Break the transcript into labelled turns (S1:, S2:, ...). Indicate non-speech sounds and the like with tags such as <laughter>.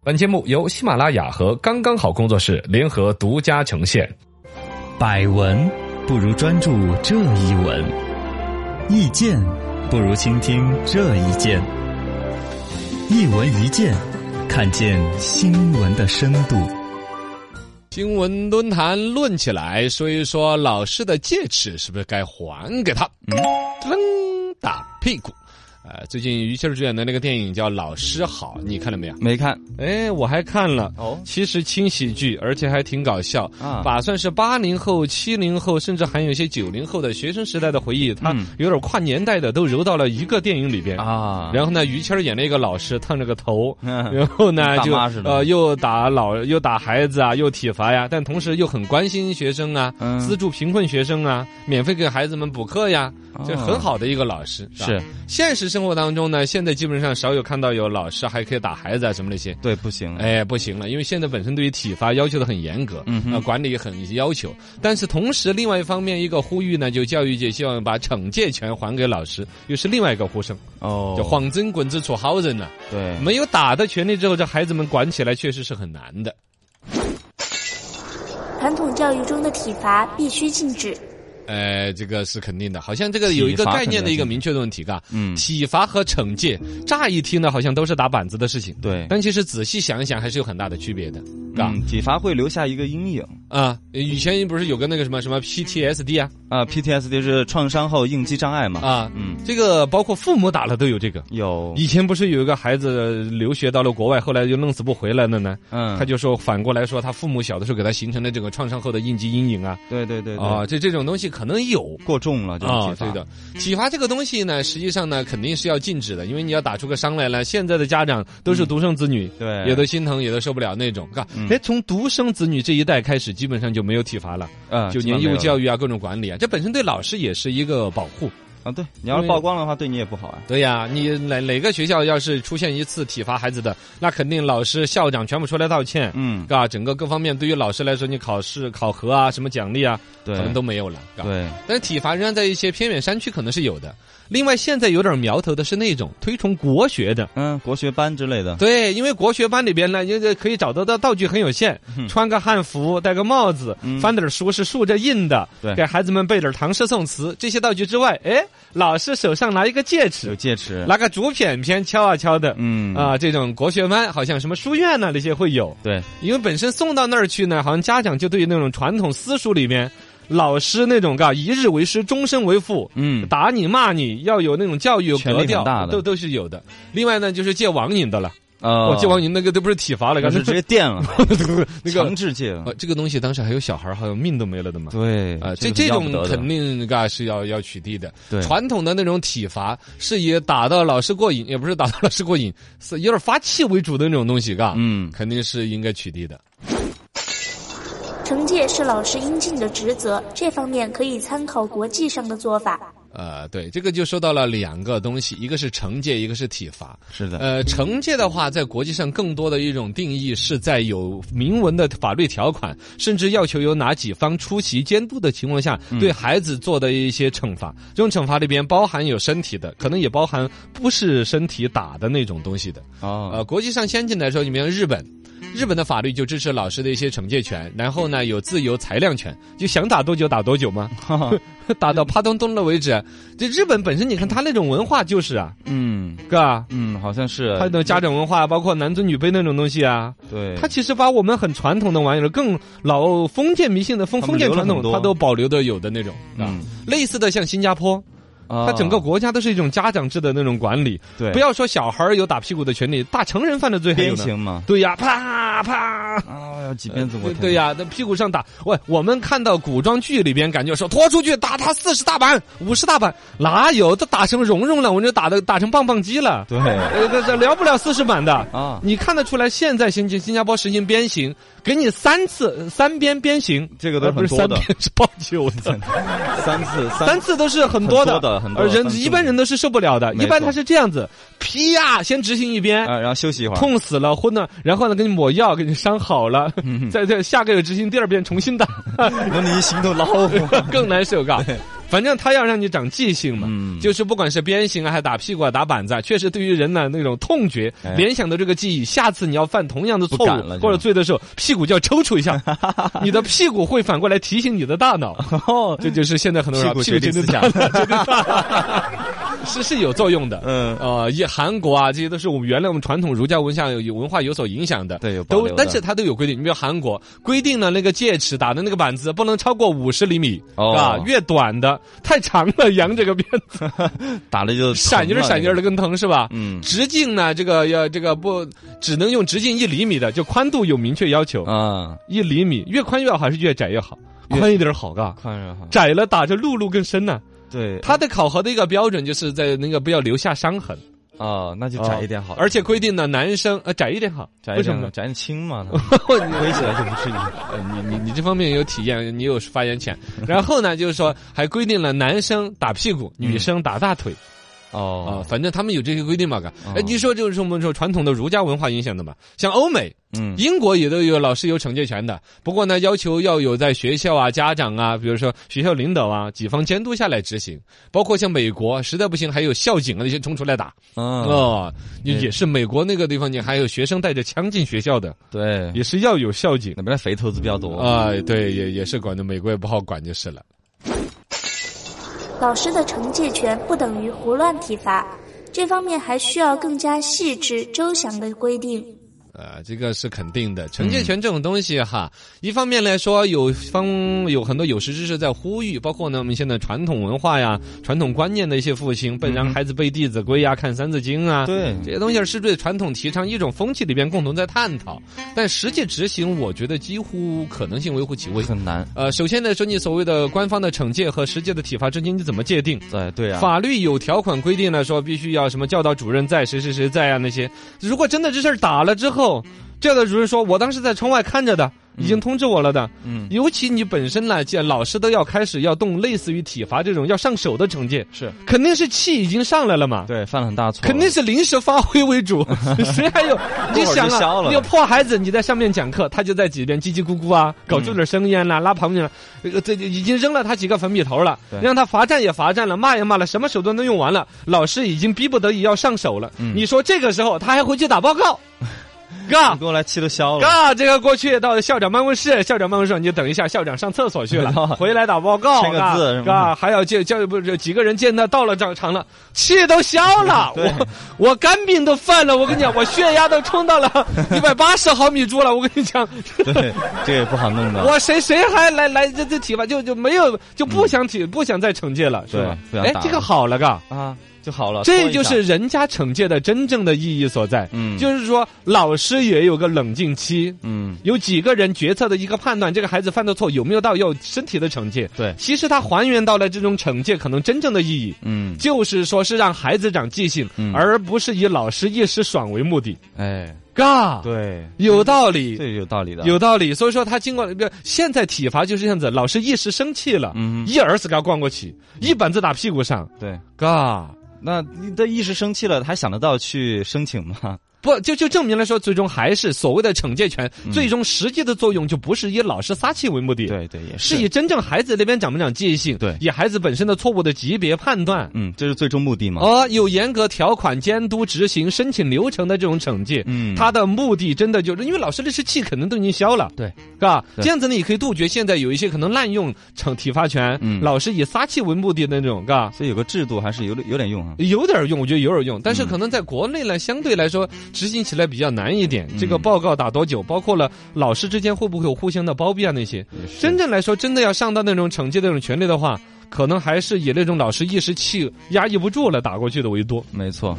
S1: 本节目由喜马拉雅和刚刚好工作室联合独家呈现。
S2: 百闻不如专注这一闻，意见不如倾听这一见。一闻一见，看见新闻的深度。
S1: 新闻论坛论起来，说一说老师的戒尺是不是该还给他？噔、打屁股。呃，最近于谦儿主演的那个电影叫《老师好》，你看了没有？
S2: 没看
S1: 哎，我还看了。
S2: 哦
S1: 其实轻喜剧，而且还挺搞笑，
S2: 啊
S1: 把算是八零后、七零后，甚至还有一些九零后的学生时代的回忆，他
S2: 嗯
S1: 有点跨年代的都揉到了一个电影里边。
S2: 啊，
S1: 然后呢，于谦儿演了一个老师，烫着个头，
S2: <laughs> 嗯
S1: 然后呢
S2: 大
S1: 就
S2: 妈似的
S1: 呃又打老又打孩子啊，又体罚呀，但同时又很关心学生啊，
S2: 嗯
S1: 资助贫困学生啊，免费给孩子们补课呀，这很好的一个老师。吧
S2: 哦是
S1: 现实生活当中呢，现在基本上少有看到有老师还可以打孩子啊什么那些。
S2: <laughs> 对不行，
S1: 哎，不行了，因为现在本身对于体罚要求的很严格，
S2: 嗯哼
S1: 呃管理也很要求。但是同时，另外一方面，一个呼吁呢，就教育界希望把惩戒权还给老师，又是另外一个呼声，
S2: 哦，
S1: 就谎争滚子处好人呐、
S2: 对，
S1: 没有打的权利之后，这孩子们管起来确实是很难的。
S3: 传统教育中的体罚必须禁止。
S1: 呃，这个是肯定的，好像这个有一个
S2: 体罚
S1: 概念的一个
S2: 肯定是
S1: 明确的问题，嘎，
S2: 嗯，
S1: 体罚和惩戒，乍一听呢，好像都是打板子的事情，
S2: 对，
S1: 但其实仔细想一想，还是有很大的区别的，嘎。
S2: 嗯，体罚会留下一个阴影
S1: 啊，以前不是有个那个什么什么 PTSD 啊
S2: 啊，PTSD 是创伤后应激障碍嘛，
S1: 啊，
S2: 嗯，
S1: 这个包括父母打了都有这
S2: 哦
S1: 个。
S2: 有，
S1: 以前不是有一个孩子留学到了国外，后来就愣死不回来了呢？
S2: 嗯，
S1: 他就说反过来说，他父母小的时候给他形成了这个创伤后的应激阴影啊
S2: 对对对
S1: 啊，
S2: 对，
S1: 这这种东西可能有。
S2: 过重了就是
S1: 啊
S2: 体，罚，
S1: 对的，体罚这个东西呢，实际上呢，肯定是要禁止的，因为你要打出个伤来了。现在的家长都
S2: 嗯
S1: 是独生子女，
S2: 对，
S1: 也都心疼，也都受不了那种，嘎。
S2: 嗯
S1: 哎，从独生子女这一代开始，基本上就没有体罚了。
S2: 啊，
S1: 九
S2: 基本
S1: 年义务
S2: 没有
S1: 教育啊，各种管理啊，这本身对老师也是一个保护。
S2: 啊，对你要是
S1: 对
S2: 曝光的话，对你也不好啊。
S1: 对呀、你哪哪个学校要是出现一次体罚孩子的，那肯定老师、校长全部出来道歉，
S2: 嗯，
S1: 啊，整个各方面对于老师来说，你考试、考核啊，什么奖励啊，
S2: 对，
S1: 可能都没有了，嘎。
S2: 对，
S1: 但是体罚仍然在一些偏远山区可能是有的。另外，现在有点苗头的是那种推崇国学的，
S2: 嗯，国学班之类的，
S1: 对，因为国学班里边呢，因为可以找到的道具很有限，穿个汉服，戴个帽子，
S2: 嗯
S1: 翻点书是竖着印的，
S2: 对
S1: 给孩子们背点唐诗宋词这些道具之外，哎，老师手上拿一个戒
S2: 有
S1: 尺，
S2: 戒尺，
S1: 拿个竹片片敲啊敲的。
S2: 嗯
S1: 啊，这种国学班好像什么书院呐、那些会有，
S2: 对，
S1: 因为本身送到那儿去呢，好像家长就对于那种传统私塾里面，老师那种啊嘎一日为师，终身为父，
S2: 嗯，
S1: 打你骂你要有那种教育有
S2: 权力
S1: 格
S2: 很
S1: 调
S2: 大，的
S1: 都都是有的。另外呢，就是戒网瘾的了，
S2: 呃，
S1: 我戒网瘾那个都不是体罚了，
S2: 那
S1: 感
S2: 是
S1: 觉
S2: 直接电了，
S1: <laughs> 那
S2: 强
S1: 个
S2: 制戒了
S1: 呃，，这个东西当时还有小孩儿好像命都没了的嘛。
S2: 对，
S1: 啊，这这
S2: 这个是要
S1: 种
S2: 不得的
S1: 肯定嘎是要要取缔的。
S2: 对
S1: 传统的那种体罚是以打到老师过瘾，也不是打到老师过瘾，是有点发气为主的那种东西，嘎，
S2: 嗯，
S1: 肯定是应该取缔的。
S3: 惩戒是老师应尽的职责，这方面可以参考国际上的做法。
S1: 呃，对，这个就说到了两个东西，一个是惩戒，一个是体罚。
S2: 是的，
S1: 呃，惩戒的话，在国际上更多的一种定义是在有明文的法律条款，甚至要求有哪几方出席监督的情况下，对孩子做的一些惩罚。这种惩罚里边包含有身体的，可能也包含不是身体打的那种东西的。
S2: 哦， <laughs>
S1: 呃，国际上先进来说，你比如日本。日本的法律就支持老师的一些惩戒权，然后呢有自由裁量权，就想打多久打多久嘛，打到啪咚咚了为止。啊这日本本身你看他那种文化就是啊，
S2: 嗯
S1: 哥啊，
S2: 嗯，好像是
S1: 他的家长文化，包括男尊女卑那种东西啊，
S2: 对，
S1: 他其实把我们很传统的玩意儿，更老封建迷信的封
S2: 他
S1: 封
S2: 们
S1: 建
S2: 留了
S1: 传统
S2: 很，多
S1: 他都保留的有的那种。啊，
S2: 嗯，
S1: 类似的像新加坡，
S2: 他
S1: 它啊整个国家都是一种家长制的那种管理，
S2: 对
S1: 不要说小孩儿有打屁股的权利，大成人犯的罪还有
S2: 鞭
S1: 呢。
S2: 刑嘛，
S1: 对呀，啪啪。
S2: 啊，要几鞭子我
S1: 对
S2: 天
S1: 对呀，那屁股上打。喂，我们看到古装剧里边，感觉说拖出去打他四十大板、五十大板，哪有？都打成蓉蓉了，我们就打的打成棒棒鸡了。
S2: 对
S1: 呃，这这聊不了四十版的
S2: 啊
S1: 你看得出来，现在新新加坡实行鞭刑，给你三次三鞭鞭刑，
S2: 这个都
S1: 呃
S2: 是
S1: 不是
S2: 很多
S1: 三
S2: 的
S1: 鞭是报九的，
S2: <laughs> 三次
S1: 三次都是很多的，
S2: 很多的很多
S1: 呃
S2: 的三
S1: 人
S2: 次
S1: 一般人都是受不了的，
S2: 没
S1: 一般他
S2: 错
S1: 是这样子，劈呀，先执行一鞭。
S2: 啊，然后休息一会儿，
S1: 痛死了，昏了，然后呢，给你抹药，给你伤好了，
S2: 嗯
S1: 再再下个月执行第二遍重新打， <laughs>
S2: 那你行头老虎，
S1: 更难受，嘎。反正他要让你长记性嘛，
S2: 嗯
S1: 就是不管是鞭刑啊，还是打屁股啊、打板子啊，确实对于人呢那种痛觉、
S2: 哎
S1: 联想的这个记忆，下次你要犯同样的错
S2: 不敢了
S1: 误
S2: 就
S1: 或者罪的时候，屁股就要抽搐
S2: <laughs>
S1: 一下，你的屁股会反过来提醒你的大脑。
S2: 哦，
S1: 这就是现在很多人啊
S2: 屁股
S1: 屁股
S2: 决定
S1: 真的
S2: 思想
S1: 大，真的大， <laughs> 是是有作用的。
S2: 嗯
S1: 呃，也韩国啊，这些都是我们原来我们传统儒家文化有有文化有所影响的，
S2: 对有保
S1: 都
S2: 留的
S1: 但是它都有规定。你比如韩国规定了那个戒尺打的那个板子不能超过五十厘米，
S2: 哦
S1: 啊，越短的太长了，扬这个鞭子
S2: 打了就
S1: 闪
S2: 疼
S1: 悠
S2: 了
S1: 闪悠的，更疼是吧？
S2: 嗯
S1: 直径呢，这个要这个不只能用直径一厘米的，就宽度有明确要求，
S2: 啊，
S1: 一厘米越宽越好还是越窄越好？宽一点好嘎。
S2: 看着哈，
S1: 窄了打着路路更深呢、
S2: 对
S1: 它的考核的一个标准就是在那个不要留下伤痕，
S2: 啊，那就窄一点好，
S1: 而且规定呢，男生呃窄一点好，
S2: 窄
S1: 为
S2: 一
S1: 什
S2: 点
S1: 么呢？
S2: 窄点轻嘛，
S1: <laughs>
S2: 它挥起来就不是你，
S1: 呃你你你这方面有体验，你有发言 <laughs> 权。然后呢，就是说还规定了男生打屁股，女生打大腿啊、
S2: 哦，
S1: 反正他们有这些规定嘛，嘎。哎
S2: 哦，
S1: 你说就是我们说传统的儒家文化影响的嘛，像欧美。
S2: 嗯，
S1: 英国也都有老师有惩戒权的，不过呢，要求要有在学校啊、家长啊，比如说学校领导啊，几方监督下来执行。包括像美国，实在不行还有校警啊那些冲出来打。
S2: 嗯，
S1: 哦，也也是美国那个地方，你还有学生带着枪进学校的，
S2: 对，
S1: 也是要有校警
S2: 那边的肥头子比较多，
S1: 啊、对，也也是管的，美国也不好管就是了。
S3: 老师的惩戒权不等于胡乱体罚，这方面还需要更加细致周详的规定。
S1: 呃，这个是肯定的。惩戒权这种东西哈，一方面来说，有方有很多有识之士在呼吁，包括呢我们现在传统文化呀、传统观念的一些复兴，本让孩子背《弟子规》呀、看《三字经》啊，
S2: 对
S1: 这些东西是对传统提倡一种风气里边共同在探讨，但实际执行，我觉得几乎可能性微乎其微。
S2: 很难，
S1: 呃，首先来说，你所谓的官方的惩戒和实际的体罚之间，你怎么界定？
S2: 对对啊，
S1: 法律有条款规定了，说必须要什么教导主任在，谁谁谁在啊那些。如果真的这事儿打了之后，
S2: 嗯
S1: 教导主任说我当时在窗外看着的，已经通知我了的。
S2: 嗯
S1: 尤其你本身呢，既然老师都要开始要动类似于体罚这种要上手的惩戒，
S2: 是
S1: 肯定是气已经上来了嘛。
S2: 对犯了很大错，
S1: 肯定是临时发挥为
S2: <laughs>
S1: 主，谁还有？你
S2: 过会儿
S1: 想
S2: 就消
S1: 啊，
S2: 了
S1: 你有破孩子，你在上面讲课，他就在几边叽叽咕咕
S2: 嗯
S1: 啊，搞出点声音啦，拉旁边了，呃这已经扔了他几个粉笔头了
S2: 对，
S1: 让他罚站也罚站了，骂也骂了，什么手段都用完了，老师已经逼不得已要上手了。
S2: 嗯
S1: 你说这个时候他还回去打报
S2: <laughs>
S1: 告，
S2: 你
S1: 嘎
S2: 过来气都消了，，
S1: 嘎，这个过去到校长办公室，校长办公室你就等一下，校长上厕所去了回来打报告，
S2: 签个
S1: 嘎
S2: 字什么的
S1: 嘎，还要见教育部这几个人见他到了长场了，气都消了，
S2: 对
S1: 我我肝病都犯了，我跟你讲，我血压都冲到了一百八十毫米柱了，我跟你讲，
S2: 对，这也不好弄的，
S1: 我谁谁还来来这这体罚，就就没有就不想体不想再惩戒了，是吧？
S2: 对不
S1: 哎
S2: 想打，
S1: 这个
S2: 了
S1: 好了，嘎。
S2: 啊就好了，拖
S1: 这
S2: 一
S1: 就
S2: 下
S1: 是人家惩戒的真正的意义所在。
S2: 嗯
S1: 就是说老师也有个冷静期。
S2: 嗯
S1: 有几个人决策的一个判断，这个孩子犯的错有没有到要身体的惩戒？
S2: 对
S1: 其实他还原到了这种惩戒可能真正的意义，
S2: 嗯
S1: 就是说是让孩子长记性，
S2: 嗯
S1: 而不是以老师一时爽为目的。
S2: 哎
S1: 嘎，
S2: 对
S1: 有道理，
S2: 这有道理的，
S1: 有道理。所以说他经过不现在体罚就是这样子，老师一时生气了，
S2: 嗯
S1: 一耳屎给他灌过去，一板子打屁股上，
S2: 对。
S1: 嘎。
S2: 那你的一时生气了，还想得到去申请吗？
S1: 不就就证明来说，最终还是所谓的惩戒权，
S2: 嗯
S1: 最终实际的作用就不是以老师撒气为目的，，
S2: <laughs> 对对，也
S1: 是以真正孩子那边长不长记性，
S2: 对
S1: 以孩子本身的错误的级别判断。
S2: 嗯，这是最终目的嘛？
S1: 而有严格条款监督执行申请流程的这种惩戒，
S2: 嗯
S1: 他的目的真的就是因为老师那时气可能都已经消了，
S2: 对，
S1: 是吧？
S2: 对
S1: 这样子呢，也可以杜绝现在有一些可能滥用惩体罚权，
S2: 嗯
S1: 老师以撒气为目的的那种，嘎。
S2: 所以有个制度还是有点有点用啊。
S1: 有点用，我觉得有点用，
S2: 嗯
S1: 但是可能在国内呢，相对来说执行起来比较难一
S2: 嗯
S1: 点。这个报告打多久，包括了老师之间会不会有互相的包庇啊那些。
S2: 也是
S1: 真正来说，真的要上到那种惩戒的那种权利的话，可能还是以那种老师一时气压抑不住了打过去的为多。
S2: 没错。